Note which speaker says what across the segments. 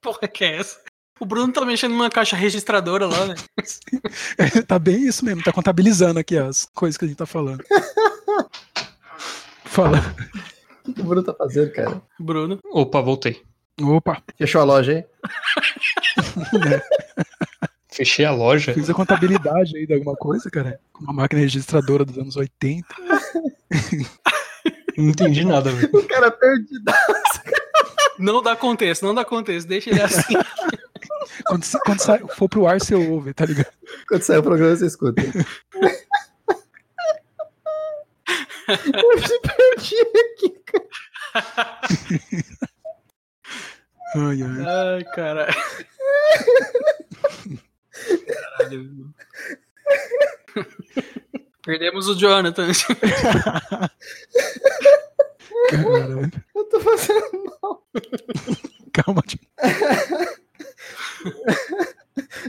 Speaker 1: porra que é essa? O Bruno tá mexendo numa caixa registradora lá, né?
Speaker 2: É, tá bem isso mesmo, tá contabilizando aqui as coisas que a gente tá falando. Fala.
Speaker 3: O que, que o Bruno tá fazendo, cara?
Speaker 1: Bruno.
Speaker 4: Opa, voltei.
Speaker 2: Opa,
Speaker 3: Fechou a loja, hein?
Speaker 4: Fechei a loja.
Speaker 2: fiz a contabilidade aí de alguma coisa, cara. Com uma máquina registradora dos anos 80.
Speaker 4: Não entendi nada, velho.
Speaker 3: O cara é perdido.
Speaker 1: Não dá contexto, não dá contexto. Deixa ele assim.
Speaker 2: Quando, se- quando sai- for pro ar, você ouve, tá ligado?
Speaker 3: Quando sair o programa, você escuta. Eu me perdi aqui.
Speaker 2: Ai, ai.
Speaker 1: Ai, caralho. Caralho. viu? Perdemos o Jonathan.
Speaker 2: Caralho.
Speaker 3: Eu tô fazendo mal.
Speaker 2: Calma, tipo, tio.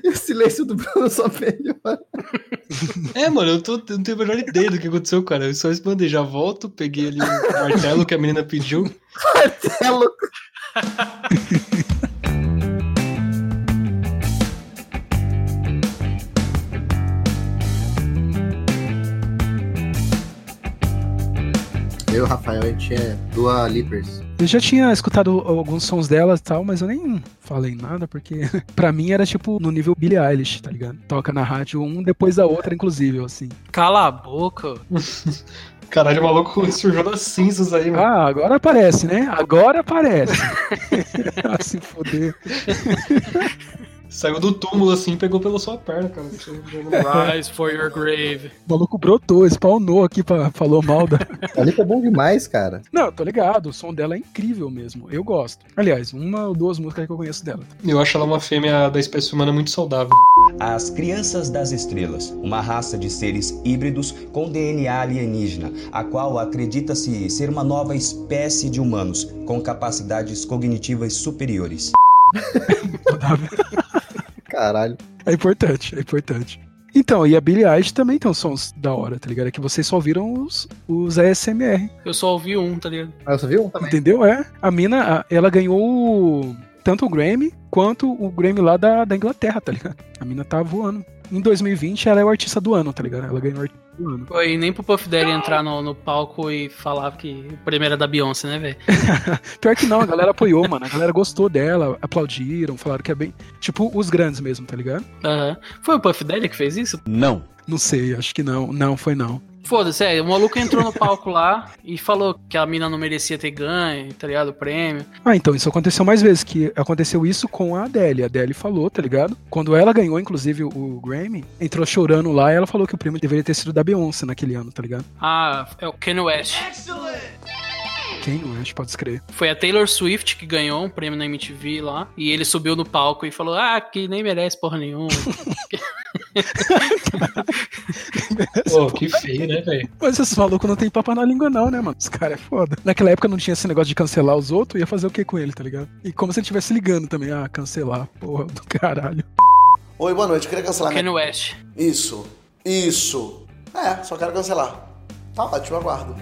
Speaker 3: E o silêncio do Bruno só melhora.
Speaker 4: É, mano, eu, tô, eu não tenho a menor ideia do que aconteceu, cara. Eu só respondi, já volto, peguei ali o martelo que a menina pediu.
Speaker 3: É louco. Eu e o Rafael, a gente é Dua Lippers.
Speaker 2: Eu já tinha escutado alguns sons dela e tal, mas eu nem falei nada, porque pra mim era tipo no nível Billie Eilish, tá ligado? Toca na rádio um depois da outra, inclusive, assim.
Speaker 1: Cala a boca.
Speaker 4: Caralho, o maluco surgiu das cinzas aí, mano.
Speaker 2: Ah, agora aparece, né? Agora aparece. ah, se foder.
Speaker 4: Saiu do túmulo assim e pegou pela sua perna, cara. é um Você jogou no ar.
Speaker 1: Rise for your grave.
Speaker 2: O maluco brotou, spawnou aqui, pra, falou mal da.
Speaker 3: A Lipa é bom demais, cara.
Speaker 2: Não, eu tô ligado, o som dela é incrível mesmo. Eu gosto. Aliás, uma ou duas músicas que eu conheço dela.
Speaker 4: Eu acho ela uma fêmea da espécie humana muito saudável.
Speaker 5: As Crianças das Estrelas, uma raça de seres híbridos com DNA alienígena, a qual acredita-se ser uma nova espécie de humanos com capacidades cognitivas superiores.
Speaker 3: Caralho.
Speaker 2: É importante, é importante. Então, e a Billie Eilish também tem uns sons da hora, tá ligado? É que vocês só ouviram os, os ASMR.
Speaker 1: Eu só ouvi um, tá ligado?
Speaker 3: Ah, você viu um também?
Speaker 2: Entendeu? É. A mina, a- ela ganhou o- tanto o Grammy quanto o Grammy lá da, da Inglaterra, tá ligado? A mina tá voando. Em 2020, ela é o artista do ano, tá ligado? Ela ganhou o artista do ano.
Speaker 1: Pô, E Tipo, nem pro Puff Daddy entrar no, no palco e falar que o primeiro é da Beyoncé, né, velho?
Speaker 2: Pior que não, a galera apoiou, mano. A galera gostou dela, aplaudiram, falaram que é bem. Tipo, os grandes mesmo, tá ligado?
Speaker 1: Aham. Foi o Puff Daddy que fez isso?
Speaker 5: Não.
Speaker 2: Não sei, acho que não. Não, foi não.
Speaker 1: Foda-se, é, o maluco entrou no palco lá e falou que a mina não merecia ter ganho, tá ligado? O prêmio.
Speaker 2: Ah, então, isso aconteceu mais vezes, que aconteceu isso com a Adele. A Adele falou, tá ligado? Quando ela ganhou, inclusive, o Grammy, entrou chorando lá e ela falou que o prêmio deveria ter sido da Beyoncé naquele ano, tá ligado?
Speaker 1: Ah, é o Ken West.
Speaker 2: Quem não acho, pode escrever.
Speaker 1: Foi a Taylor Swift que ganhou um prêmio na MTV lá. E ele subiu no palco e falou: Ah, que nem merece porra nenhuma.
Speaker 4: Pô, que feio, né, velho?
Speaker 2: Mas esses malucos não tem papo na língua, não, né, mano? Os caras é foda. Naquela época não tinha esse negócio de cancelar os outros, ia fazer o que com ele, tá ligado? E como se ele estivesse ligando também, ah, cancelar, porra do caralho.
Speaker 6: Oi, boa noite. Eu queria cancelar minha...
Speaker 1: Ken West.
Speaker 6: Isso. Isso. É, só quero cancelar. Tá ótimo, aguardo.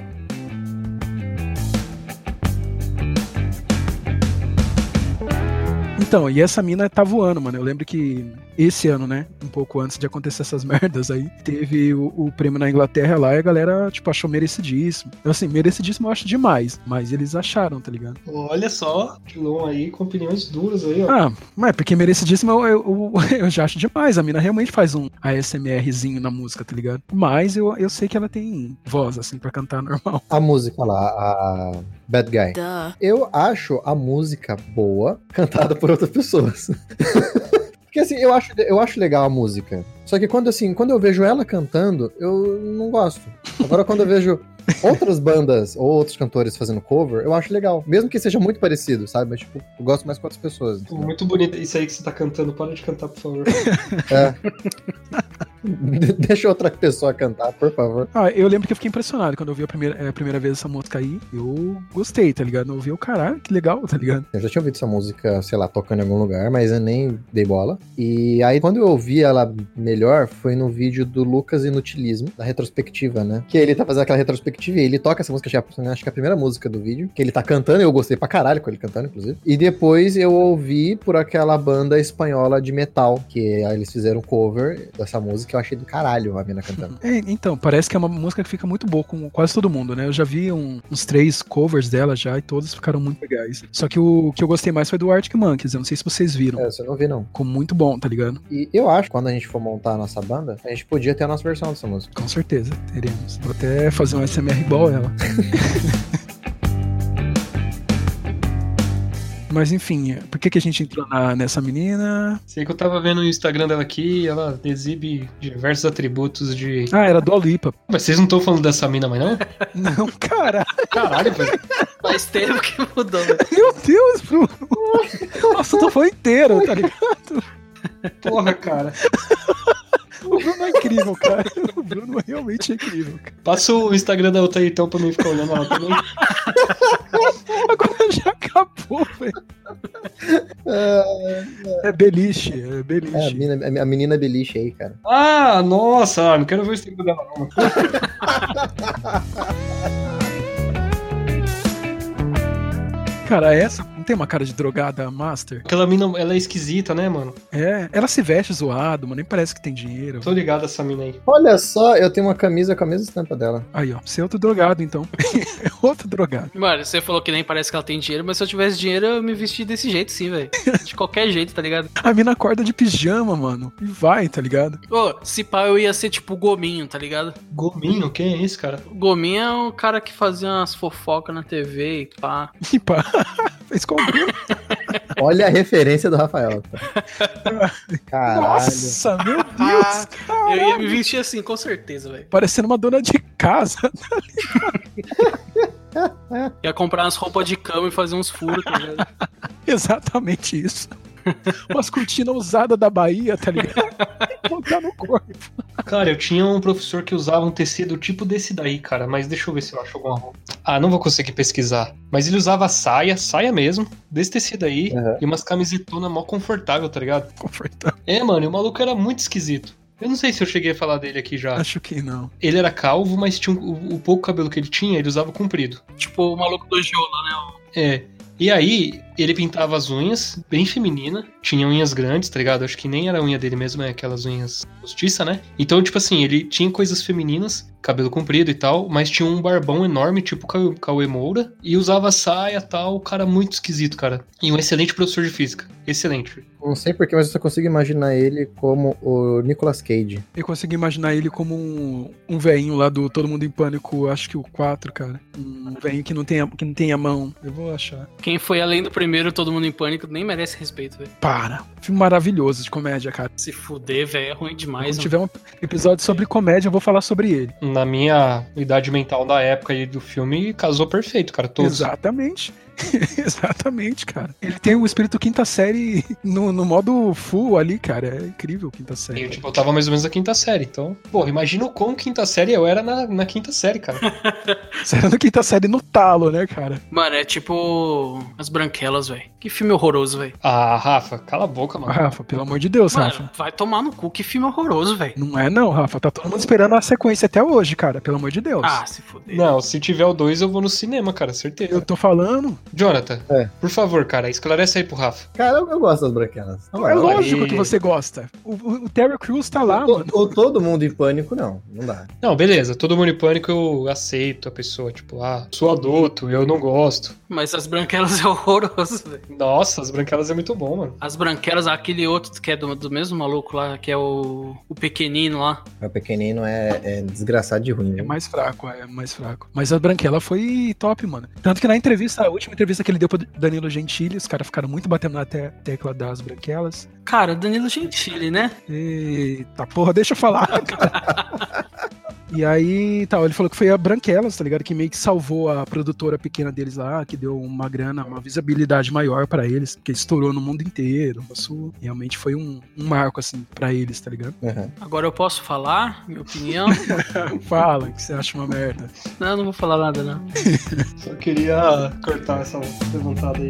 Speaker 2: Então, e essa mina tá voando, mano. Eu lembro que esse ano, né? Um pouco antes de acontecer essas merdas aí, teve o, o prêmio na Inglaterra lá e a galera, tipo, achou merecidíssimo. Assim, merecidíssimo eu acho demais, mas eles acharam, tá ligado?
Speaker 4: Olha só, Dilon aí com opiniões duras aí, ó.
Speaker 2: Ah, mas porque merecidíssimo eu, eu, eu- eu já acho demais. A mina realmente faz um ASMRzinho na música, tá ligado? Mas eu, eu sei que ela tem voz, assim, pra cantar normal.
Speaker 3: A música lá, a Bad Guy. Eu acho a música boa cantada por outras pessoas. Porque assim, eu acho, eu acho legal a música. Só que quando assim, quando eu vejo ela cantando, eu não gosto. Agora quando eu vejo outras bandas ou outros cantores fazendo cover, eu acho legal. Mesmo que seja muito parecido, sabe? Mas tipo, eu gosto mais com outras pessoas.
Speaker 4: Muito bonito isso aí que você tá cantando. Para de cantar, por favor.
Speaker 3: De- Deixa outra pessoa cantar, por favor.
Speaker 2: Ah, eu lembro que eu fiquei impressionado quando eu vi a primeira, eh, a primeira vez essa música aí. Eu gostei, tá ligado? Eu ouvi o caralho, que legal, tá ligado?
Speaker 3: Eu já tinha ouvido essa música, sei lá, tocando em algum lugar, mas eu nem dei bola. E aí, quando eu ouvi ela melhor, foi no vídeo do Lucas Inutilismo, da retrospectiva, né? Que ele tá fazendo aquela retrospectiva e ele toca essa música, acho que- acho que é a primeira música do vídeo, que ele tá cantando, eu gostei pra caralho com ele cantando, inclusive. E depois eu ouvi por aquela banda espanhola de metal, que aí eles fizeram um cover dessa música, eu achei do caralho a mina cantando.
Speaker 2: É, então, parece que é uma música que fica muito boa com quase todo mundo, né? Eu já vi um- uns três covers dela já e todos ficaram muito legais. Só que o que eu gostei mais foi do Arctic Monkeys, eu não sei se vocês viram.
Speaker 3: É, você não vi, não.
Speaker 2: Ficou muito bom, tá ligado?
Speaker 3: E eu acho que quando a gente for montar a nossa banda, a gente podia ter a nossa versão dessa música.
Speaker 2: Com certeza, teremos. Vou até fazer um SMR igual ela. Mas enfim, por que, que a gente entrou na- nessa menina?
Speaker 4: Sei que eu tava vendo o Instagram dela aqui e ela exibe diversos atributos de.
Speaker 2: Ah, era do Alipa.
Speaker 4: Mas vocês não estão falando dessa mina mais, não?
Speaker 2: Não, cara.
Speaker 4: Caralho, velho.
Speaker 3: É,
Speaker 1: Faz tempo que mudou, velho.
Speaker 2: Meu Deus, Bruno. Nossa, tu foi inteiro, tá ligado?
Speaker 4: Porra, cara.
Speaker 2: O Bruno é incrível, cara. O Bruno realmente é incrível. cara.
Speaker 4: Passa o Instagram da outra aí então pra mim ficar olhando ela também.
Speaker 2: Agora já acabou, velho. É beliche, é
Speaker 3: É, a,
Speaker 2: beliche.
Speaker 3: mina, a menina beliche aí, cara.
Speaker 4: Ah, nossa, ah, não quero ver o Instagram dela, não.
Speaker 2: Cara, essa não tem uma cara de drogada master?
Speaker 4: Aquela mina, ela é esquisita, né, mano?
Speaker 2: É, ela se veste zoado, mano. Nem parece que tem dinheiro.
Speaker 4: Tô ligado essa mina aí.
Speaker 3: Olha só, eu tenho uma camisa com a mesma estampa dela.
Speaker 2: Aí, ó. Você é outro drogado, então. é outro drogado.
Speaker 1: Mano, você falou que nem parece que ela tem dinheiro, mas se eu tivesse dinheiro, eu me vestia desse jeito sim, velho. De qualquer jeito, tá ligado?
Speaker 2: A mina acorda de pijama, mano. E vai, tá ligado?
Speaker 1: Ô, se pá, eu ia ser tipo o Gominho, tá ligado?
Speaker 4: Gominho, quem é esse, cara?
Speaker 1: O Gominho é um cara que fazia umas fofocas na TV e pá.
Speaker 2: E pá. Fez com o Bruno.
Speaker 3: Olha a referência do Rafael. tá? Caralho.
Speaker 2: Nossa, meu Deus,
Speaker 1: Eu
Speaker 2: cara.
Speaker 1: ia me vestir assim, com certeza, velho.
Speaker 2: Parecendo uma dona de casa.
Speaker 1: Ia comprar umas roupas de cama e fazer uns furos, tá ligado?
Speaker 2: Exatamente isso. Umas cortinas ousadas da Bahia, tá ligado? Botar no corpo.
Speaker 4: Cara, eu tinha um professor que usava um tecido tipo desse daí, cara, mas deixa eu ver se eu acho alguma roupa. Ah, não vou conseguir pesquisar. Mas ele usava saia, saia mesmo, desse tecido aí,
Speaker 3: Aham.
Speaker 4: e umas camisetonas mó confortável, tá ligado?
Speaker 2: Confortável.
Speaker 4: É, mano, e o maluco era muito esquisito. Eu não sei se eu cheguei a falar dele aqui já.
Speaker 2: Acho que não.
Speaker 4: Ele era calvo, mas tinha um- o, o pouco cabelo que ele tinha, ele usava comprido.
Speaker 1: Tipo o maluco do Jô lá, né?
Speaker 4: É. E aí, ele pintava as unhas, bem feminina, tinha unhas grandes, tá ligado? Acho que nem era a unha dele mesmo, é aquelas unhas postiça, né? Então, tipo assim, ele tinha coisas femininas, cabelo comprido e tal, mas tinha um barbão enorme, tipo Cau- Cauê Moura, e usava saia tal, cara muito esquisito, cara. E um excelente professor de física. Excelente.
Speaker 3: Não sei porquê, mas eu só consigo imaginar ele como o Nicolas Cage.
Speaker 2: Eu consigo imaginar ele como um, um veinho lá do Todo Mundo em Pânico, acho que o 4, cara. Um veinho que não tem a, que não tem a mão. Eu vou achar.
Speaker 1: Quem foi além do primeiro, todo mundo em pânico, nem merece respeito, velho.
Speaker 2: Para. Filme maravilhoso de comédia, cara.
Speaker 1: Se fuder, velho, é ruim demais,
Speaker 2: Quando
Speaker 1: mano.
Speaker 2: tiver um episódio sobre comédia, eu vou falar sobre ele.
Speaker 4: Na minha idade mental da época e do filme, casou perfeito, cara. Todos.
Speaker 2: Exatamente. Exatamente, cara. Ele tem o espírito quinta série no, no modo full ali, cara. É incrível quinta
Speaker 4: E,
Speaker 2: série.
Speaker 4: tipo, eu tava mais ou menos na quinta série, então. Porra, imagina o quão quinta série eu era na, na quinta série, cara.
Speaker 2: Será no quinta série no talo, né, cara?
Speaker 1: Mano, é tipo as branquelas, velho. Que filme horroroso, velho.
Speaker 4: Ah, Rafa, cala a boca, mano.
Speaker 2: Rafa, pelo amor de Deus,
Speaker 1: Mano,
Speaker 2: Rafa.
Speaker 1: vai tomar no cu, que filme horroroso, velho.
Speaker 2: Não é não, Rafa. Tá todo mundo esperando a sequência até hoje, cara. Pelo amor de Deus.
Speaker 1: Ah, se fuder.
Speaker 4: Não, se tiver o 2, eu vou no cinema, cara,
Speaker 2: Eu
Speaker 4: certeza.
Speaker 2: tô falando.
Speaker 4: Jonathan,
Speaker 3: É.
Speaker 4: por favor, cara, esclarece aí pro Rafa.
Speaker 3: Cara, eu, eu gosto das branquelas. Na
Speaker 2: é
Speaker 3: moral.
Speaker 2: lógico
Speaker 4: aí.
Speaker 2: que você gosta. O, o- o Terry Crews tá lá,
Speaker 3: To-
Speaker 2: mano.
Speaker 3: o todo mundo em pânico, não. Não dá.
Speaker 4: Não, beleza, todo mundo em pânico eu aceito a pessoa, tipo, ah, sou adulto, eu não gosto.
Speaker 1: Mas as branquelas é horroroso, velho.
Speaker 4: Nossa, as branquelas é muito bom, mano.
Speaker 1: As branquelas, aquele outro que é do, do mesmo maluco lá, que é o, o pequenino lá.
Speaker 3: O pequenino é, é desgraçado de ruim.
Speaker 2: É
Speaker 3: né?
Speaker 2: mais fraco, é mais fraco. Mas a Branquela foi top, mano. Tanto que na entrevista, a última entrevista que ele deu pro Danilo Gentili, os caras ficaram muito batendo na te- tecla das Branquelas.
Speaker 1: Cara, Danilo Gentili, né?
Speaker 2: Eita porra, deixa eu falar, cara. E aí, tal, ele falou que foi a Branquelas, tá ligado? Que meio que salvou a produtora pequena deles lá, que deu uma grana, uma visibilidade maior pra eles, porque estourou no mundo inteiro. Isso realmente foi um, um marco, assim, pra eles, tá ligado?
Speaker 3: Aham.
Speaker 1: Agora eu posso falar minha opinião?
Speaker 2: Fala, que você acha uma merda.
Speaker 1: não, eu não vou falar nada, não.
Speaker 4: Só queria cortar essa levantada aí.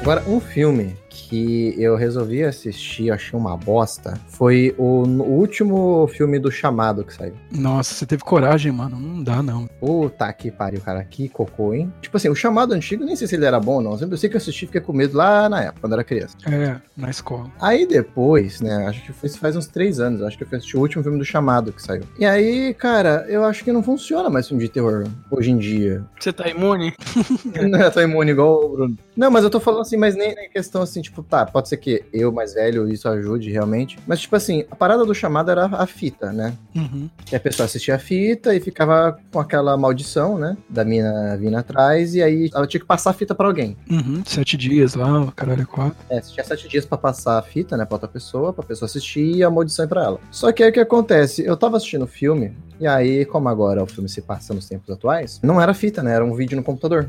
Speaker 3: Agora, um filme que eu resolvi assistir, achei uma bosta, foi o, o último filme do Chamado que saiu.
Speaker 2: Nossa, você teve coragem, mano. Não dá, não.
Speaker 3: Puta que pariu, cara, que cocô, hein? Tipo assim, o Chamado antigo, nem sei se ele era bom ou não. Eu sempre- Eu sei que eu assisti, fiquei com medo lá na época, quando era criança.
Speaker 2: É, na escola.
Speaker 3: Aí depois, né, acho que foi isso faz uns três anos, acho que eu fui assistir o último filme do Chamado que saiu. E aí, cara, eu acho que não funciona mais filme de terror hoje em dia.
Speaker 1: Você tá imune?
Speaker 3: Não, eu tô imune igual o Bruno. Não, mas eu tô falando assim, mas nem na questão assim, tipo, tá, pode ser que eu mais velho isso ajude realmente. Mas, tipo assim, a parada do chamado era a fita, né?
Speaker 2: Uhum.
Speaker 3: E a pessoa assistia a fita e ficava com aquela maldição, né? Da mina vindo atrás, e aí ela tinha que passar a fita pra alguém.
Speaker 2: Uhum. Sete dias lá, caralho, quatro.
Speaker 3: É, você tinha sete dias pra passar a fita, né, pra outra pessoa, pra pessoa assistir e a maldição é pra ela. Só que aí o que acontece? Eu tava assistindo o filme, e aí, como agora o filme se passa nos tempos atuais, não era fita, né? Era um vídeo no computador.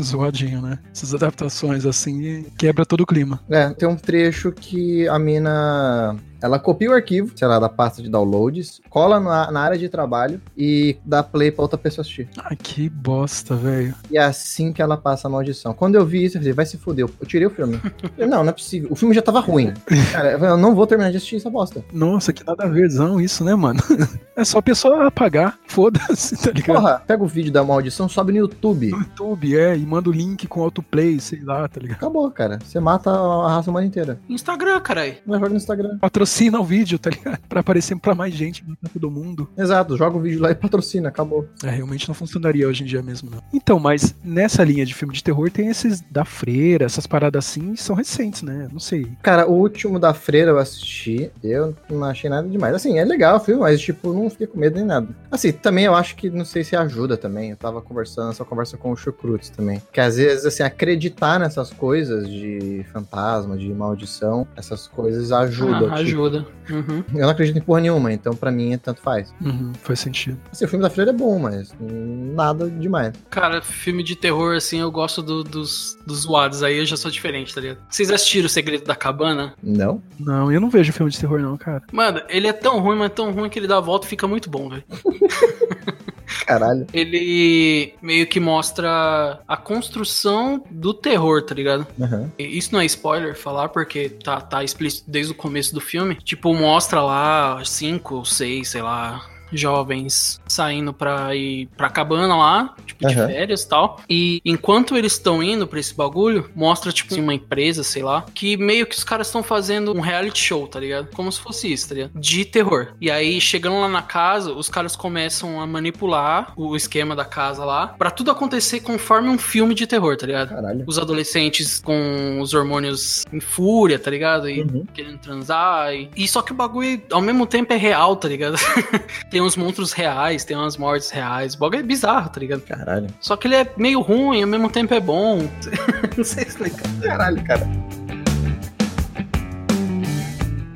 Speaker 2: Zoadinho, né? Essas adaptações, assim, quebra todo o clima.
Speaker 3: É, tem um trecho que a mina. Ela copia o arquivo, sei lá, da pasta de downloads, cola na, na área de trabalho e dá play pra outra pessoa assistir.
Speaker 2: Ah, que bosta, velho.
Speaker 3: E é assim que ela passa a maldição. Quando eu vi isso, eu falei, vai se fuder. Eu tirei o filme. Eu falei, não, não é possível. O filme já tava ruim. Cara, eu falei, eu não vou terminar de assistir essa bosta.
Speaker 2: Nossa, que nada a verzão isso, né, mano? É só a pessoa apagar. Foda-se, tá ligado?
Speaker 3: Porra, pega o vídeo da maldição, sobe no YouTube.
Speaker 2: No YouTube, é, e manda o link com autoplay, sei lá, tá ligado?
Speaker 3: Acabou, cara. Você mata a raça humana inteira.
Speaker 1: Instagram, caralho.
Speaker 3: Mas joga no Instagram.
Speaker 2: Patrocina o vídeo, tá ligado? Pra aparecer pra mais gente no tempo do mundo.
Speaker 3: Exato, joga o vídeo lá e patrocina, acabou.
Speaker 2: É, realmente não funcionaria hoje em dia mesmo, não. Então, mas nessa linha de filme de terror tem esses da freira, essas paradas assim, são recentes, né? Não sei.
Speaker 3: Cara, o último da Freira eu assisti, eu não achei nada demais. Assim, é legal o filme, mas tipo, não fiquei com medo nem nada. Assim, também eu acho que, não sei se ajuda também, eu tava conversando, essa conversa com o Chucrutz também. Que às vezes, assim, acreditar nessas coisas de fantasma, de maldição, essas coisas ajudam.
Speaker 1: Ah,
Speaker 3: tipo.
Speaker 1: ajuda. Uhum.
Speaker 3: Eu não acredito em porra nenhuma, então pra mim tanto faz.
Speaker 2: Uhum, faz sentido.
Speaker 3: Assim, o filme da Freira é bom, mas hum, nada demais.
Speaker 1: Cara, filme de terror, assim, eu gosto do- dos, dos zoados. Aí eu já sou diferente, tá ligado? Vocês assistiram O Segredo da Cabana?
Speaker 3: Não?
Speaker 2: Não, eu não vejo filme de terror, não, cara.
Speaker 1: Mano, ele é tão ruim, mas tão ruim que ele dá a volta e fica muito bom, velho.
Speaker 3: Caralho.
Speaker 1: Ele meio que mostra a construção do terror, tá ligado?
Speaker 3: Aham.
Speaker 1: E Isso não é spoiler falar, porque tá, tá explícito desde o começo do filme. Tipo, mostra lá cinco ou seis, sei lá, jovens saindo pra ir pra cabana lá, tipo, de
Speaker 3: Aham.
Speaker 1: férias e tal. E enquanto eles estão indo pra esse bagulho, mostra, tipo, uma empresa, sei lá, que meio que os caras estão fazendo um reality show, tá ligado? Como se fosse isso, tá ligado? De terror. E aí, chegando lá na casa, os caras começam a manipular o esquema da casa lá, pra tudo acontecer conforme um filme de terror, tá ligado?
Speaker 3: Caralho.
Speaker 1: os adolescentes com os hormônios em fúria, tá ligado? E
Speaker 3: Uhum.
Speaker 1: querendo transar. E... e só que o bagulho, ao mesmo tempo, é real, tá ligado? tem uns monstros reais, tem umas mortes reais. O bagulho é bizarro, tá ligado?
Speaker 3: Caralho.
Speaker 1: Só que ele é meio ruim, ao mesmo tempo é bom. Não sei explicar.
Speaker 3: Caralho, cara.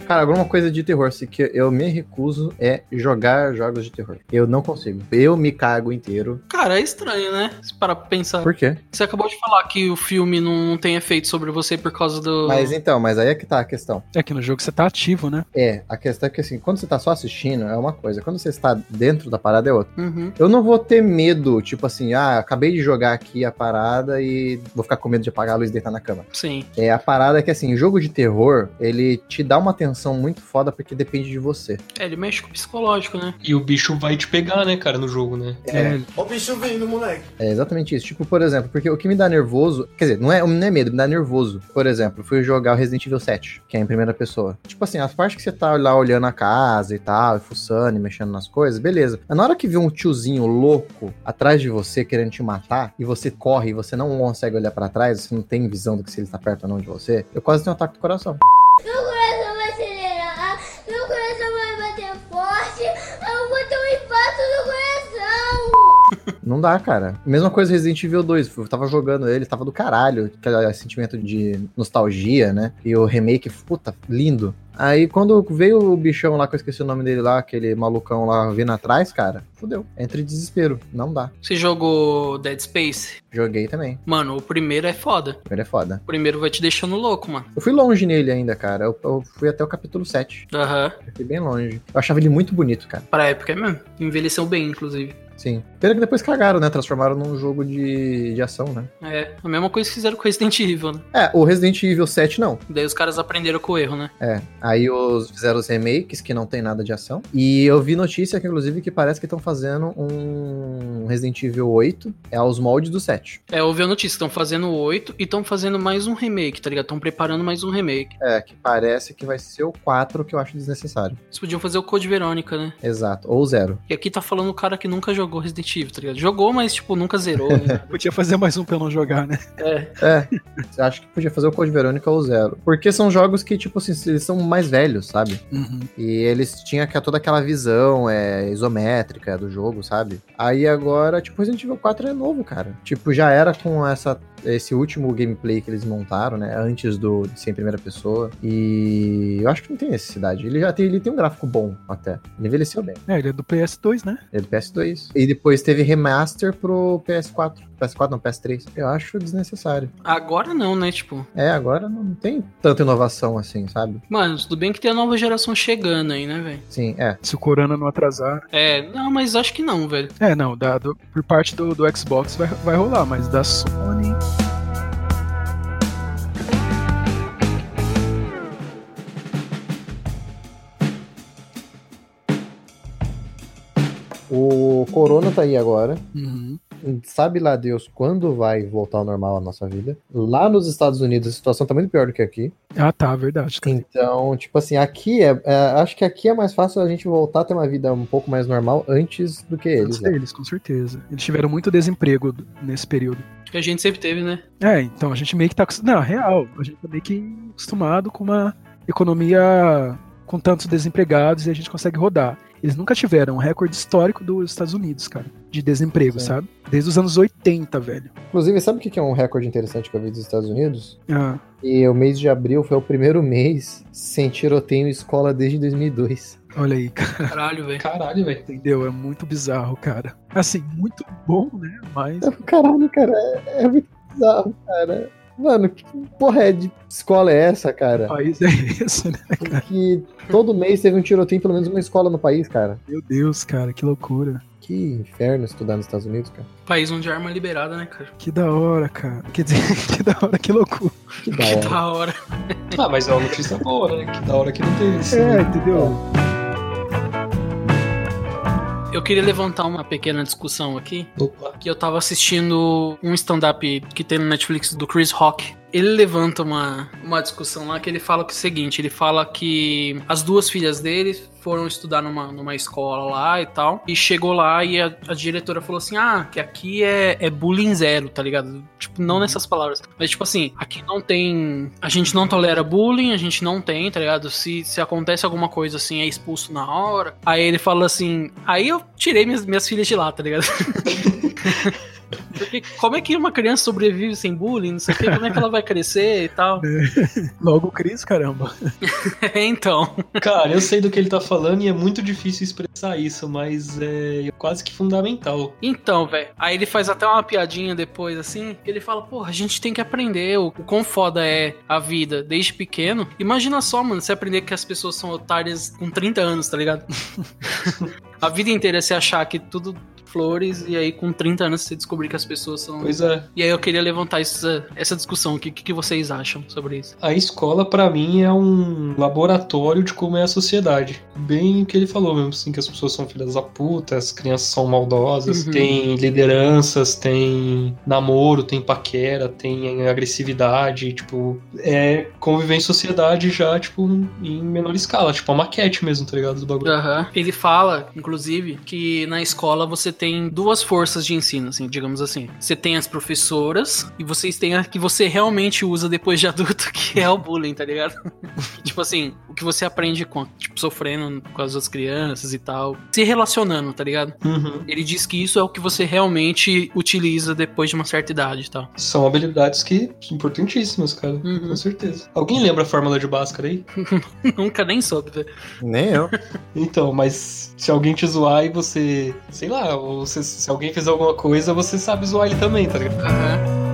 Speaker 3: Cara, alguma coisa de terror assim, que eu me recuso é jogar jogos de terror. Eu não consigo. Eu me cago inteiro.
Speaker 1: Cara, é estranho, né? Se parar pra pensar.
Speaker 3: Por quê?
Speaker 1: Você acabou de falar que o filme não tem efeito sobre você por causa do.
Speaker 3: Mas então, mas aí é que tá a questão.
Speaker 2: É que no jogo você tá ativo, né?
Speaker 3: É, a questão é que assim, quando você tá só assistindo é uma coisa, quando você está dentro da parada é outra.
Speaker 1: Uhum.
Speaker 3: Eu não vou ter medo, tipo assim, ah, acabei de jogar aqui a parada e vou ficar com medo de apagar a luz e deitar na cama.
Speaker 1: Sim.
Speaker 3: É, a parada é que assim, jogo de terror, ele te dá uma tensão muito foda porque depende de você.
Speaker 1: É, ele mexe com o psicológico, né?
Speaker 4: E o bicho vai te pegar, né, cara, no jogo, né?
Speaker 2: É.
Speaker 6: Ó o bicho vindo, moleque.
Speaker 3: É exatamente isso. Tipo, por exemplo, porque o que me dá nervoso. Quer dizer, não é, não é medo, me dá nervoso. Por exemplo, fui jogar o Resident Evil 7, que é em primeira pessoa. Tipo assim, as partes que você tá lá olhando a casa e tal, e fuçando e mexendo nas coisas, beleza. Mas na hora que vê um tiozinho louco atrás de você querendo te matar, e você corre e você não consegue olhar pra trás, você não tem visão do que se ele tá perto ou não de você, eu quase tenho um ataque do coração.
Speaker 7: Meu coração vai acelerar, meu coração vai bater forte, eu vou ter um impacto no coração.
Speaker 3: Não dá, cara. Mesma coisa Resident Evil 2. Eu tava jogando ele, tava do caralho. Aquele sentimento de nostalgia, né? E o remake, puta, lindo. Aí quando veio o bichão lá, que eu esqueci o nome dele lá, aquele malucão lá vindo atrás, cara, fudeu. Entre desespero, não dá.
Speaker 1: Você jogou Dead Space?
Speaker 3: Joguei também,
Speaker 1: Mano, o primeiro é foda.
Speaker 3: ele é foda.
Speaker 1: O primeiro vai te deixando louco, mano.
Speaker 3: Eu fui longe nele ainda, cara. Eu, eu fui até o capítulo 7.
Speaker 1: Aham.
Speaker 3: Eu fui bem longe. Eu achava ele muito bonito, cara.
Speaker 1: Pra época é mesmo. Envelheceu bem, inclusive.
Speaker 3: Sim. Pena que depois cagaram, né? Transformaram num jogo de, de ação, né?
Speaker 1: É, a mesma coisa que fizeram com Resident Evil, né?
Speaker 3: É, o Resident Evil 7 não.
Speaker 1: Daí os caras aprenderam com o erro, né?
Speaker 3: É. Aí os, fizeram os remakes que não tem nada de ação. E eu vi notícia que, inclusive, que parece que estão fazendo um Resident Evil 8. É aos moldes do 7.
Speaker 1: É, ouvi a notícia, estão fazendo oito e estão fazendo mais um remake, tá ligado? Estão preparando mais um remake.
Speaker 3: É, que parece que vai ser o 4 que eu acho desnecessário.
Speaker 1: Eles podiam fazer o Code Verônica, né?
Speaker 3: Exato. Ou zero.
Speaker 1: E aqui tá falando o cara que nunca jogou Resident Evil, tá ligado? Jogou, mas, tipo, nunca zerou, né?
Speaker 2: Podia fazer mais um pra eu não jogar, né?
Speaker 3: É. eu acho que podia fazer o Code Verônica ou zero. Porque são jogos que, tipo assim, eles são mais velhos, sabe?
Speaker 2: Uhum.
Speaker 3: E eles tinham aqua- toda aquela visão é, isométrica do jogo, sabe? Aí agora, tipo, Resident Evil 4 é novo, cara. Tipo, já era com essa, esse último gameplay que eles montaram, né? Antes do de ser em primeira pessoa. E eu acho que não tem necessidade. Ele já tem, ele tem um gráfico bom até. Ele envelheceu bem.
Speaker 2: É, ele é do PS2, né?
Speaker 3: Ele é do PS2. E depois teve remaster pro PS4. PS4 não, PS3. Eu acho desnecessário.
Speaker 1: Agora não, né? Tipo,
Speaker 3: É, agora não tem tanta inovação assim, sabe?
Speaker 1: mano, tudo bem que tem a nova geração chegando aí, né, velho?
Speaker 3: Sim, é.
Speaker 2: Se o Corona não atrasar.
Speaker 1: É, não, mas acho que não, velho.
Speaker 2: É, não, da- do- por parte do, do Xbox vai, vai rolar, mas da Sony.
Speaker 3: O Corona tá aí agora.
Speaker 2: Uhum.
Speaker 3: sabe lá Deus quando vai voltar ao normal a nossa vida. Lá nos Estados Unidos a situação tá muito pior do que aqui.
Speaker 2: Ah, tá, verdade.
Speaker 3: Então, tipo assim, aqui é, é, acho que aqui é mais fácil a gente voltar a ter uma vida um pouco mais normal antes do que
Speaker 2: Eles,
Speaker 3: eles. né?
Speaker 2: eles, com certeza. Eles tiveram muito desemprego d- nesse período.
Speaker 1: Que a gente sempre teve, né?
Speaker 2: É, então a gente meio que tá. acos- Não, real. A gente tá meio que acostumado com uma economia com tantos desempregados e a gente consegue rodar. Eles nunca tiveram um recorde histórico dos Estados Unidos, cara, de desemprego,
Speaker 3: Sim.
Speaker 2: sabe? Desde os anos 80, velho.
Speaker 3: Inclusive, sabe o que que é um recorde interessante que eu vi dos Estados Unidos?
Speaker 2: Ah,
Speaker 3: E o mês de abril foi o primeiro mês sem tiroteio em escola desde 2002.
Speaker 2: olha aí, cara,
Speaker 1: Caralho, velho.
Speaker 4: Caralho, velho.
Speaker 2: entendeu? É muito bizarro, cara. Assim, muito bom, né? Mas.
Speaker 3: Caralho, cara, é, é muito bizarro, cara. Mano, que porra é de escola é essa, cara?
Speaker 2: o país é esse, né?
Speaker 3: que todo mês teve um tiroteio em pelo menos uma escola no país, cara.
Speaker 2: Meu Deus, cara, que loucura.
Speaker 3: Que inferno estudar nos Estados Unidos, cara.
Speaker 1: País onde a arma é liberada, né, cara?
Speaker 2: Que da hora, cara. Quer dizer, que da hora, que loucura.
Speaker 3: Que da
Speaker 1: Que
Speaker 3: hora.
Speaker 1: da hora.
Speaker 4: Ah, mas é uma notícia boa, né? Que da hora que não tem isso.
Speaker 2: É, entendeu?
Speaker 1: Eu queria levantar uma pequena discussão aqui.
Speaker 4: Opa.
Speaker 1: que eu tava assistindo um stand-up que tem no Netflix do Chris Rock. Ele levanta uma, uma discussão lá que ele fala que é o seguinte: ele fala que as duas filhas dele foram estudar numa, numa escola lá e tal. E chegou lá e a, a diretora falou assim: ah, que aqui é, é bullying zero, tá ligado? Tipo, não nessas palavras, mas tipo assim, aqui não tem. A gente não tolera bullying, a gente não tem, tá ligado? Se, se acontece alguma coisa assim, é expulso na hora. Aí ele fala assim: aí eu tirei minhas, minhas filhas de lá, tá ligado? Porque como é que uma criança sobrevive sem bullying, não sei o que, como é que ela vai crescer e tal.
Speaker 2: Logo o Cris, caramba.
Speaker 1: então,
Speaker 4: Cara, eu sei do que ele tá falando e é muito difícil expressar isso, mas é quase que fundamental.
Speaker 1: então, velho. Aí ele faz até uma piadinha depois, assim, que ele fala, porra, a gente tem que aprender o, o quão foda é a vida desde pequeno. Imagina só, mano, você aprender que as pessoas são otárias com 30 anos, tá ligado? a vida inteira é você achar que tudo flores, e aí com 30 anos você descobrir que as pessoas são...
Speaker 4: Pois é,
Speaker 1: E aí eu queria levantar essa, essa discussão aqui, o que, que vocês acham sobre isso?
Speaker 4: a escola pra mim é um laboratório de como é a sociedade. Bem o que ele falou mesmo, assim, que as pessoas são filhas da puta, as crianças são maldosas,
Speaker 1: Uhum.
Speaker 4: tem lideranças, tem namoro, tem paquera, tem agressividade, tipo, é conviver em sociedade já, tipo, em menor escala, tipo a maquete mesmo, tá ligado, do bagulho.
Speaker 1: Aham. Ele fala, inclusive, que na escola você tem duas forças de ensino, assim, digamos assim. Você tem as professoras e vocês têm a que você realmente usa depois de adulto, que é o bullying, tá ligado? tipo assim, o que você aprende com, tipo, sofrendo com as outras crianças e tal. Se relacionando, tá ligado?
Speaker 4: Uhum.
Speaker 1: Ele diz que isso é o que você realmente utiliza depois de uma certa idade e tal.
Speaker 4: São habilidades que são importantíssimas, cara.
Speaker 1: Uhum.
Speaker 4: Com certeza. Alguém lembra a fórmula de Bhaskara aí?
Speaker 1: Nunca nem soube. né?
Speaker 3: Nem eu.
Speaker 4: Então, mas se alguém te zoar e você. Sei lá, ou se, se alguém fizer alguma coisa, você sabe zoar ele também, tá ligado?
Speaker 1: Aham.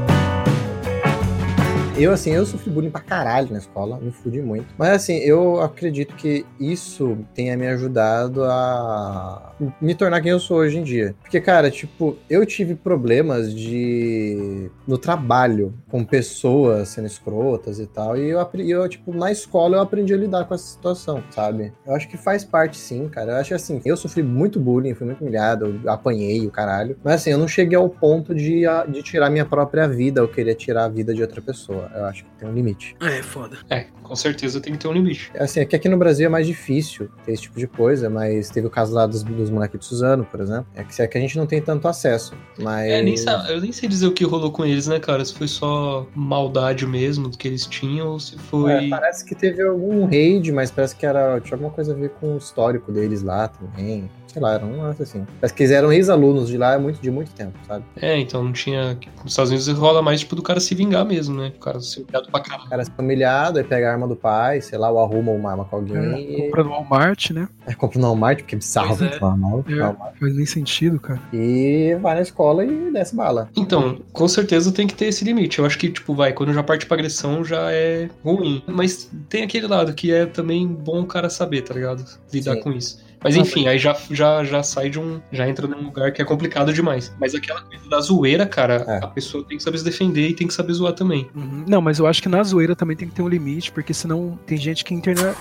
Speaker 3: Eu, assim, eu sofri bullying pra caralho na escola, me fudi muito. Mas, assim, eu acredito que isso tenha me ajudado a me tornar quem eu sou hoje em dia. Porque, cara, tipo, eu tive problemas de. no trabalho, com pessoas sendo escrotas e tal. E eu, apre- eu, tipo, na escola eu aprendi a lidar com essa situação, sabe? Eu acho que faz parte, sim, cara. Eu acho que, assim, eu sofri muito bullying, fui muito humilhado, eu apanhei o caralho. Mas, assim, eu não cheguei ao ponto de, a- de tirar minha própria vida ou querer tirar a vida de outra pessoa. Eu acho que tem um limite.
Speaker 1: É, foda.
Speaker 4: É, com certeza tem que ter um limite.
Speaker 3: Assim, é que aqui no Brasil é mais difícil ter esse tipo de coisa, mas teve o caso lá dos, dos moleques de Suzano, por exemplo. É que, é que a gente não tem tanto acesso, mas...
Speaker 4: É, nem sa- eu nem sei dizer o que rolou com eles, né, cara? Se foi só maldade mesmo do que eles tinham, ou se
Speaker 3: É,
Speaker 4: foi.
Speaker 3: parece que teve algum raid, mas parece que era, tinha alguma coisa a ver com o histórico deles lá também. Sei lá, era um lance assim. Parece que eles eram ex-alunos de lá há muito, de muito tempo, sabe?
Speaker 4: É, então não tinha. Nos Estados Unidos rola mais tipo do cara se vingar mesmo, né? O cara ser humilhado pra
Speaker 3: O
Speaker 4: caralho.
Speaker 3: cara se humilhado, aí pega a arma do pai, sei lá, ou arruma uma arma com
Speaker 2: É.
Speaker 3: alguém e
Speaker 2: Compra no Walmart, né?
Speaker 3: é, compra no Walmart, porque é bizarro.
Speaker 1: Pois é.
Speaker 3: comprar no Walmart,
Speaker 2: É,
Speaker 3: Walmart.
Speaker 2: faz nem sentido, cara.
Speaker 3: E vai na escola e desce bala.
Speaker 4: Então, com certeza tem que ter esse limite. Eu acho que, tipo, vai, quando já parte pra agressão já é ruim. Mas tem aquele lado que é também bom o cara saber, tá ligado? Lidar
Speaker 3: Sim.
Speaker 4: com isso. Mas enfim, aí já, já, já sai de um. Já entra num lugar que é complicado demais. Mas aquela coisa da zoeira, cara,
Speaker 3: É.
Speaker 4: a pessoa tem que saber se defender e tem que saber zoar também.
Speaker 2: Uhum. Não, mas eu acho que na zoeira também tem que ter um limite, porque senão tem gente que interna.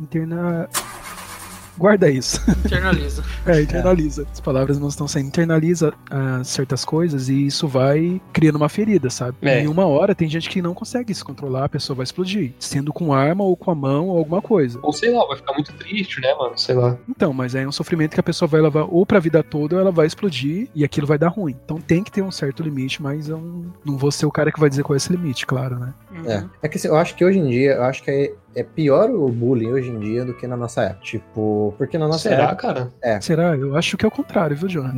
Speaker 2: Interna. Guarda isso.
Speaker 1: Internaliza.
Speaker 2: É, internaliza. As palavras não estão saindo. Internaliza ah, certas coisas e isso vai criando uma ferida, sabe?
Speaker 4: É.
Speaker 2: Em uma hora tem gente que não consegue se controlar, a pessoa vai explodir. Sendo com arma ou com a mão ou alguma coisa.
Speaker 4: Ou sei lá, vai ficar muito triste, né, mano? Sei lá.
Speaker 2: Então, mas aí é um sofrimento que a pessoa vai levar ou pra vida toda ou ela vai explodir e aquilo vai dar ruim. Então tem que ter um certo limite, mas eu não- não vou ser o cara que vai dizer qual é esse limite, claro, né?
Speaker 3: É.
Speaker 1: Uhum.
Speaker 3: É que assim, eu acho que hoje em dia, eu acho que é, é pior o bullying hoje em dia do que na nossa época. Tipo, porque na nossa
Speaker 4: Será,
Speaker 3: época.
Speaker 4: cara?
Speaker 2: Será? Eu acho que é o contrário, viu, Jonathan?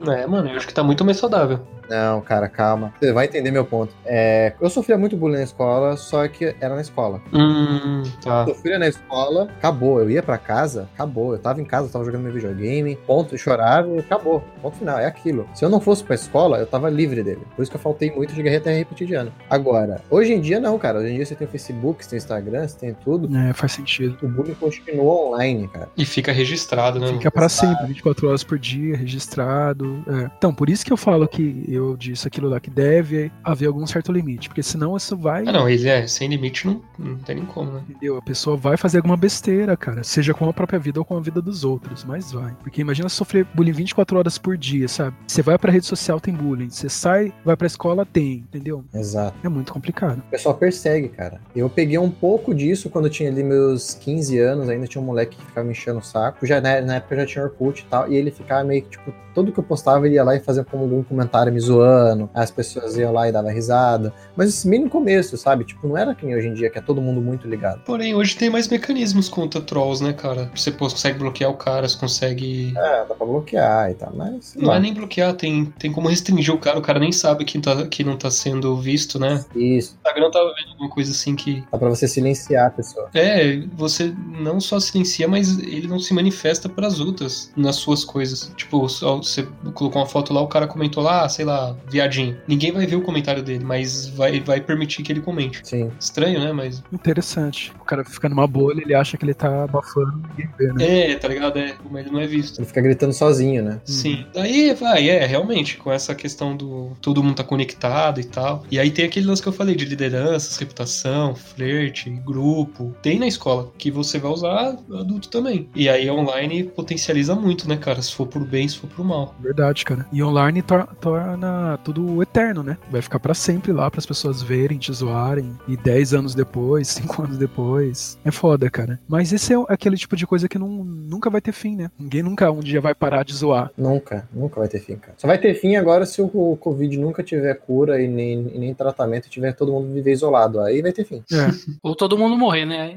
Speaker 3: Não,
Speaker 4: É, mano, eu acho que tá muito mais saudável.
Speaker 3: Não, cara, calma. Você vai entender meu ponto. É, eu sofria muito bullying na escola, só que era na escola.
Speaker 4: Hum, tá.
Speaker 3: Eu sofria na escola, acabou. Eu ia pra casa, acabou. Eu tava em casa, eu tava jogando meu videogame, ponto, eu chorava e acabou. Ponto final, é aquilo. Se eu não fosse pra escola, eu tava livre dele. Por isso que eu faltei muito, cheguei até a repetir de ano. Agora, hoje em dia não, cara. Hoje em dia você tem o Facebook, você tem o Instagram, você tem tudo.
Speaker 2: É, faz sentido.
Speaker 3: O bullying continua online, cara.
Speaker 4: E fica registrado, né?
Speaker 2: Fica pra sempre, 24 horas por dia, registrado. é. Então, por isso que eu falo que eu disse aquilo lá que deve haver algum certo limite, porque senão isso vai.
Speaker 4: Ah, não, ele é sem limite, não, não tem nem como, né?
Speaker 2: Entendeu? A pessoa vai fazer alguma besteira, cara. Seja com a própria vida ou com a vida dos outros, mas vai. Porque imagina sofrer bullying 24 horas por dia, sabe? Você vai pra rede social, tem bullying. Você sai, vai pra escola, tem, entendeu?
Speaker 3: Exato.
Speaker 2: É muito complicado.
Speaker 3: O pessoal persegue, cara. Eu peguei um pouco disso quando eu tinha ali meus 15 anos, ainda tinha um moleque que ficava me enchendo o saco. Já, na, na época eu já tinha Orkut e tal, e ele ficava meio que, tipo, tudo que eu postava ele ia lá e fazia como algum comentário me zoando, as pessoas iam lá e davam risada. Mas isso meio no começo, sabe? Tipo, não era que nem hoje em dia, que é todo mundo muito ligado.
Speaker 4: Porém, hoje tem mais mecanismos contra trolls, né, cara? Você pô, consegue bloquear o cara, você consegue.
Speaker 3: É, dá pra bloquear e tal, mas... sei
Speaker 4: Não
Speaker 3: lá.
Speaker 4: é nem bloquear, tem, tem como restringir o cara, o cara nem sabe que, tá, que não tá sendo visto, né?
Speaker 3: Isso,
Speaker 4: O Instagram tava vendo alguma coisa assim que.
Speaker 3: dá pra você silenciar a pessoa.
Speaker 4: É, você não só silencia, mas ele não se manifesta pras outras nas suas coisas. Tipo, só você colocou uma foto lá, o cara comentou lá, ah, sei lá, viadinho. Ninguém vai ver o comentário dele, mas vai, vai permitir que ele comente.
Speaker 3: Sim.
Speaker 4: Estranho, né? Mas.
Speaker 2: Interessante. O cara fica numa bolha, ele acha que ele tá abafando, ninguém vê, né?
Speaker 4: É, tá ligado? É, como ele não é visto.
Speaker 3: Você não fica gritando sozinho, né?
Speaker 4: Sim. Uhum. Daí, vai, é, realmente, com essa questão do todo mundo tá conectado e tal. E aí tem aquele lance que eu falei de lideranças, reputação, flerte, grupo. Tem na escola, que você vai usar adulto também. E aí online potencializa muito, né, cara? Se for pro bem, se for pro mal.
Speaker 2: Verdade, cara. E online tor- torna tudo eterno, né? Vai ficar pra sempre lá, para as pessoas verem, te zoarem. E 10 anos depois, 5 anos depois. É foda, cara. Mas esse é aquele tipo de coisa que não, nunca vai ter fim, né? Ninguém nunca um dia vai parar de zoar.
Speaker 3: Nunca, nunca vai ter fim, cara. Só vai ter fim agora se o Covid nunca tiver cura e nem, e nem tratamento e tiver todo mundo
Speaker 8: viver isolado. Aí vai ter fim.
Speaker 2: É.
Speaker 1: Ou todo mundo morrer, né? Aí-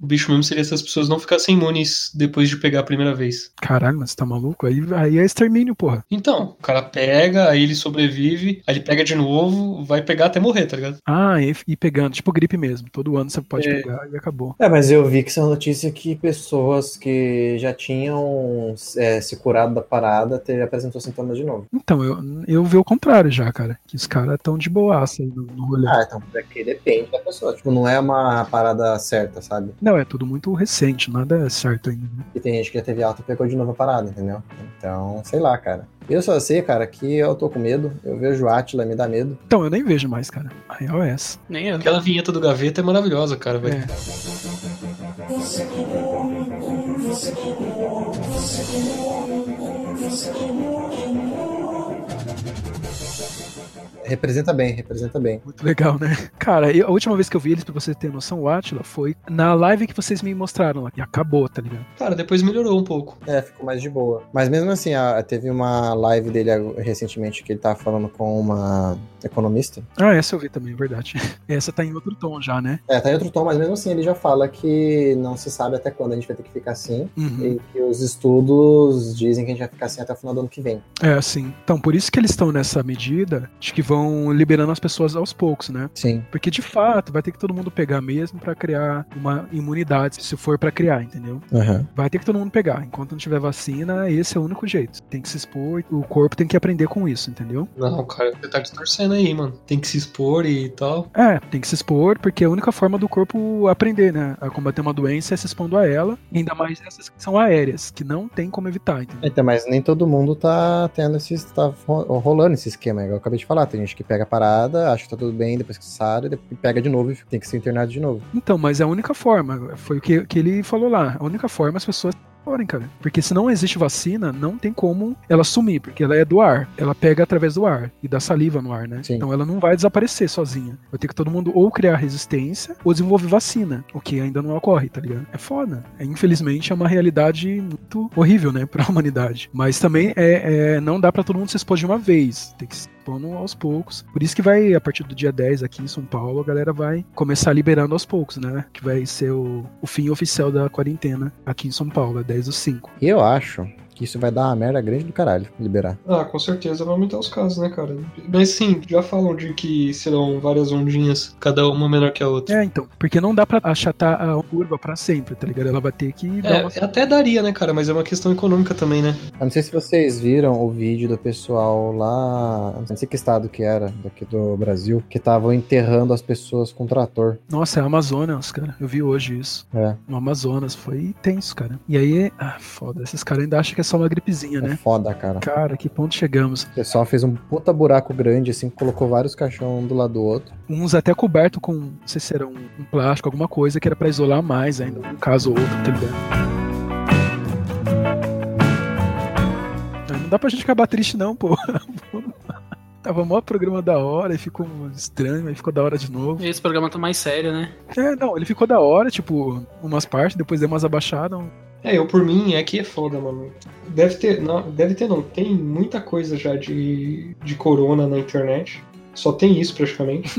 Speaker 4: O bicho mesmo seria se as pessoas não ficassem imunes depois de pegar a primeira vez.
Speaker 2: Caralho, mas você tá maluco? Aí, aí é extermínio, porra.
Speaker 4: Então, o cara pega, aí ele sobrevive, aí ele pega de novo, vai pegar até morrer, tá ligado?
Speaker 2: Ah, e, e pegando, tipo gripe mesmo. Todo ano você pode pegar e acabou.
Speaker 3: É, mas eu vi que essa notícia que pessoas que já tinham é, se curado da parada teve, apresentou sintomas de novo.
Speaker 2: Então, eu, eu vi o contrário já, cara. Que os caras tão de boaça aí no, no rolê.
Speaker 3: Ah, então porque depende da pessoa. Tipo, não é uma parada certa, sabe?
Speaker 2: Não, é tudo muito recente, nada é certo ainda. né?
Speaker 3: E tem gente que já teve alta e pegou de novo a parada, entendeu? Então, sei lá, cara. Eu só sei, cara, que eu tô com medo. Eu vejo o Atila, me dá medo.
Speaker 2: Então, eu nem vejo mais, cara. A real é essa.
Speaker 1: Nem eu.
Speaker 4: Aquela vinheta do gaveta é maravilhosa, cara, velho.
Speaker 2: É.
Speaker 3: Representa bem, representa bem.
Speaker 2: Muito legal, né? Cara, eu- a última vez que eu vi eles, pra você ter noção, o Atila, foi na live que vocês me mostraram lá. E acabou, tá ligado?
Speaker 4: Cara, depois melhorou um pouco.
Speaker 3: É, ficou mais de boa. Mas mesmo assim, a- teve uma live dele ag- recentemente que ele tava falando com uma economista.
Speaker 2: Ah, essa eu vi também, é verdade. Essa tá em outro tom já, né?
Speaker 3: É, tá em outro tom, mas mesmo assim ele já fala que não se sabe até quando a gente vai ter que ficar assim.
Speaker 2: Uhum.
Speaker 3: E que os estudos dizem que a gente vai ficar assim até o final do ano que vem.
Speaker 2: É, sim. Então, por isso que eles estão nessa medida de que vão liberando as pessoas aos poucos, né?
Speaker 3: Sim.
Speaker 2: Porque de fato vai ter que todo mundo pegar mesmo pra criar uma imunidade, se for pra criar, entendeu? Vai ter que todo mundo pegar. Enquanto não tiver vacina, esse é o único jeito. Tem que se expor, o corpo tem que aprender com isso, entendeu?
Speaker 4: Não, cara, você tá distorcendo aí, mano. Tem que se expor e tal.
Speaker 2: É, tem que se expor, porque a única forma do corpo aprender, né? A combater uma doença é se expondo a ela, ainda mais essas que são aéreas, que não tem como evitar, entendeu?
Speaker 3: Então, mas nem todo mundo tá tendo esse. tá ro- rolando esse esquema, igual eu acabei de falar. Tem gente que pega a parada, acha que tá tudo bem, depois que sai, depois pega de novo e tem que ser internado de novo.
Speaker 2: Então, mas é a única forma, foi o que, que ele falou lá, a única forma é as pessoas se exporem, cara. Porque se não existe vacina, não tem como ela sumir, porque ela é do ar, ela pega através do ar e da saliva no ar, né?
Speaker 3: Sim.
Speaker 2: Então ela não vai desaparecer sozinha. Vai ter que todo mundo ou criar resistência ou desenvolver vacina, o que ainda não ocorre, tá ligado? É foda. É, infelizmente é uma realidade muito horrível, né, pra humanidade. Mas também é, é- não dá pra todo mundo se expor de uma vez, tem que se expondo aos poucos. Por isso que vai, a partir do dia 10 aqui em São Paulo, a galera vai começar liberando aos poucos, né? Que vai ser o, o fim oficial da quarentena aqui em São Paulo, é 10 do 5.
Speaker 3: E eu acho que isso vai dar uma merda grande do caralho, liberar.
Speaker 4: Ah, com certeza vai aumentar os casos, né, cara? Mas sim, já falam de que serão várias ondinhas, cada uma menor que a outra.
Speaker 2: É, então, porque não dá pra achatar a curva pra sempre, tá ligado? Ela vai ter que dar uma...
Speaker 4: É, até daria, né, cara? Mas é uma questão econômica também, né?
Speaker 3: Eu não sei se vocês viram o vídeo do pessoal lá, não sei que estado que era, daqui do Brasil, que estavam enterrando as pessoas com trator.
Speaker 2: Nossa, é Amazonas, cara. Eu vi hoje isso.
Speaker 3: É.
Speaker 2: No Amazonas, foi tenso, cara. E aí, ah, foda, esses caras ainda acham que é só uma gripezinha,
Speaker 3: É
Speaker 2: né?
Speaker 3: foda, cara.
Speaker 2: Cara, que ponto chegamos?
Speaker 3: O pessoal fez um puta buraco grande, assim, colocou vários caixão um do lado do outro.
Speaker 2: Uns até coberto com, não sei se era um, um plástico, alguma coisa que era pra isolar mais ainda, um caso ou outro, tá ligado? Ah, Não dá pra gente acabar triste, não, pô. Tava mó programa da hora e ficou estranho, aí ficou da hora de novo.
Speaker 1: Esse programa tá mais sério, né?
Speaker 2: É, não, ele ficou da hora, tipo, umas partes, depois deu umas abaixadas. um-
Speaker 4: É, eu por mim é que é foda, mano. Deve ter, não, deve ter não, tem muita coisa já de, de corona na internet. Só tem isso praticamente.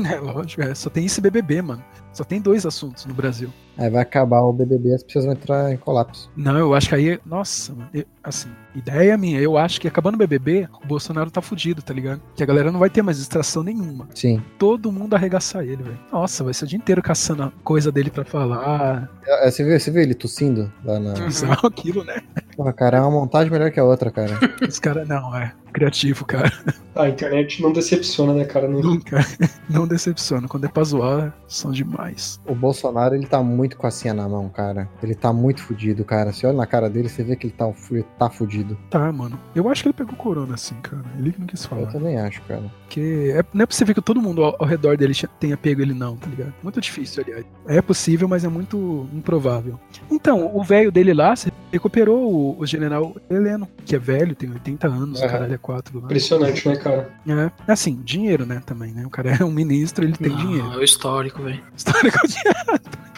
Speaker 2: É, lógico, é, só tem esse BBB, mano. Só tem dois assuntos no Brasil.
Speaker 3: Aí vai acabar o BBB, as pessoas vão entrar em colapso.
Speaker 2: Não, eu acho que aí. Nossa, mano. eu- assim, ideia minha. Eu acho que acabando o BBB, o Bolsonaro tá fudido, tá ligado? Que a galera não vai ter mais distração nenhuma.
Speaker 3: Sim.
Speaker 2: Todo mundo arregaçar ele, velho. Nossa, vai ser o dia inteiro caçando a coisa dele pra falar.
Speaker 3: É, é, Você viu, você viu ele tossindo lá na.
Speaker 2: Usar aquilo, né?
Speaker 3: Porra, cara, é uma montagem melhor que a outra, cara.
Speaker 2: Os caras, não, é. Criativo, cara.
Speaker 4: Ah, a internet não decepciona, né, cara? Não-
Speaker 2: Nunca. Não decepciona. Quando é pra zoar, são demais.
Speaker 3: O Bolsonaro, ele tá muito com a senha na mão, cara. Ele tá muito fudido, cara. Você olha na cara dele, você vê que ele tá, fu- ele tá fudido.
Speaker 2: Tá, mano. Eu acho que ele pegou corona, assim, cara. Ele que não quis
Speaker 3: Eu
Speaker 2: falar.
Speaker 3: também acho, cara.
Speaker 2: Porque é, não é possível que todo mundo ao, ao redor dele che- tenha pego ele, não, tá ligado? Muito difícil, aliás. É possível, mas é muito improvável. Então, o velho dele lá se recuperou o, o general Heleno, que é velho, tem 80 anos, o
Speaker 4: Aham.
Speaker 2: caralho é 4 lá.
Speaker 4: Impressionante, né, cara?
Speaker 2: É, assim, dinheiro, né,
Speaker 1: Ah,
Speaker 2: também, né? O cara é um ministro, ele tem
Speaker 1: Não,
Speaker 2: dinheiro.
Speaker 1: É o histórico, velho.
Speaker 2: Histórico de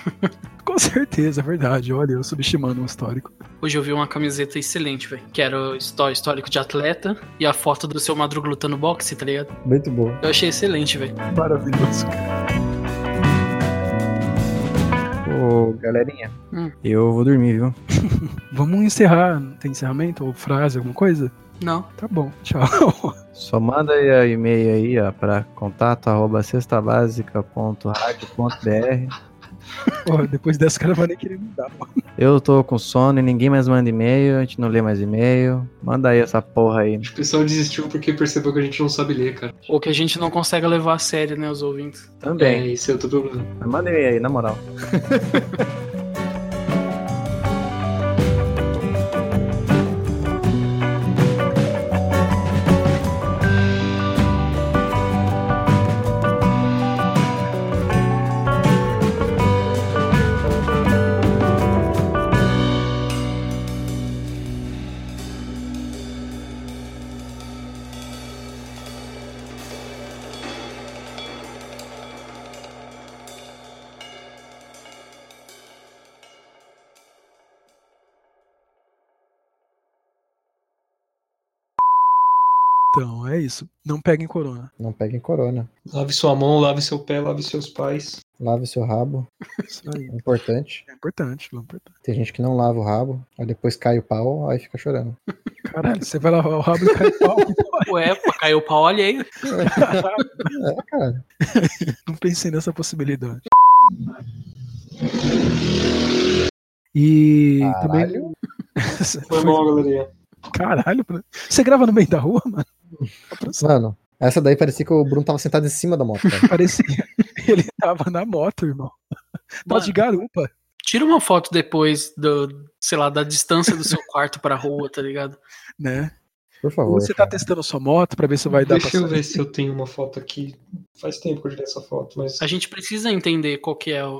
Speaker 2: Com certeza, é verdade. Olha, eu subestimando o histórico.
Speaker 1: Hoje eu vi uma camiseta excelente, velho. Que era o histó- histórico de atleta e a foto do seu Madruga lutando boxe, tá ligado?
Speaker 9: Muito bom.
Speaker 1: Eu achei excelente, velho.
Speaker 2: Maravilhoso.
Speaker 9: Ô, galerinha,
Speaker 1: Hum.
Speaker 3: Eu vou dormir, viu?
Speaker 2: Vamos encerrar. Tem encerramento ou frase, alguma coisa?
Speaker 1: Não.
Speaker 2: Tá bom, tchau.
Speaker 3: Só manda aí a e-mail aí, ó, pra contato arroba cestabásica.rádio.br.
Speaker 2: Porra, depois dessa o cara vai nem querer mudar. pô.
Speaker 3: Eu tô com sono e ninguém mais manda e-mail, a gente não lê mais e-mail. Manda aí essa porra aí.
Speaker 4: O pessoal desistiu porque percebeu que a gente não sabe ler, cara.
Speaker 1: Ou que a gente não consegue levar a sério, né, os ouvintes.
Speaker 3: Também.
Speaker 4: É, esse é outro problema.
Speaker 3: Mas Manda e-mail aí, na moral.
Speaker 2: Então, é isso. Não peguem corona.
Speaker 9: Não peguem corona.
Speaker 4: Lave sua mão, lave seu pé, lave seus pais.
Speaker 9: Lave seu rabo,
Speaker 2: Isso aí.
Speaker 9: é importante.
Speaker 2: É importante, é importante.
Speaker 9: Tem gente que não lava o rabo, aí depois cai o pau, aí fica chorando.
Speaker 2: Caralho, você vai lavar o rabo e cai o pau.
Speaker 1: Ué, pô, caiu o pau, olha aí.
Speaker 9: É, cara.
Speaker 2: Não pensei nessa possibilidade. E também.
Speaker 9: Caralho.
Speaker 4: Foi mal, galerinha.
Speaker 2: Caralho, Bruno. você grava no meio da rua, mano?
Speaker 9: Mano, essa daí parecia que o Bruno tava sentado em cima da moto. cara.
Speaker 2: Parecia. Ele tava na moto, irmão. Tava
Speaker 1: Mano,
Speaker 2: de garupa.
Speaker 1: tira uma foto depois do, sei lá, da distância do seu quarto pra rua, tá ligado?
Speaker 2: né?
Speaker 9: Por
Speaker 2: Ou
Speaker 9: favor.
Speaker 2: você tá testando sua moto pra ver se vai dar
Speaker 4: Deixa
Speaker 2: pra
Speaker 4: eu
Speaker 2: sair.
Speaker 4: ver se eu tenho uma foto aqui. Faz tempo que eu tirei essa foto, mas.
Speaker 1: A gente precisa entender qual que é o.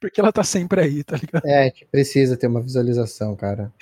Speaker 2: Porque ela tá sempre aí, tá ligado?
Speaker 9: É, a gente precisa ter uma visualização, cara.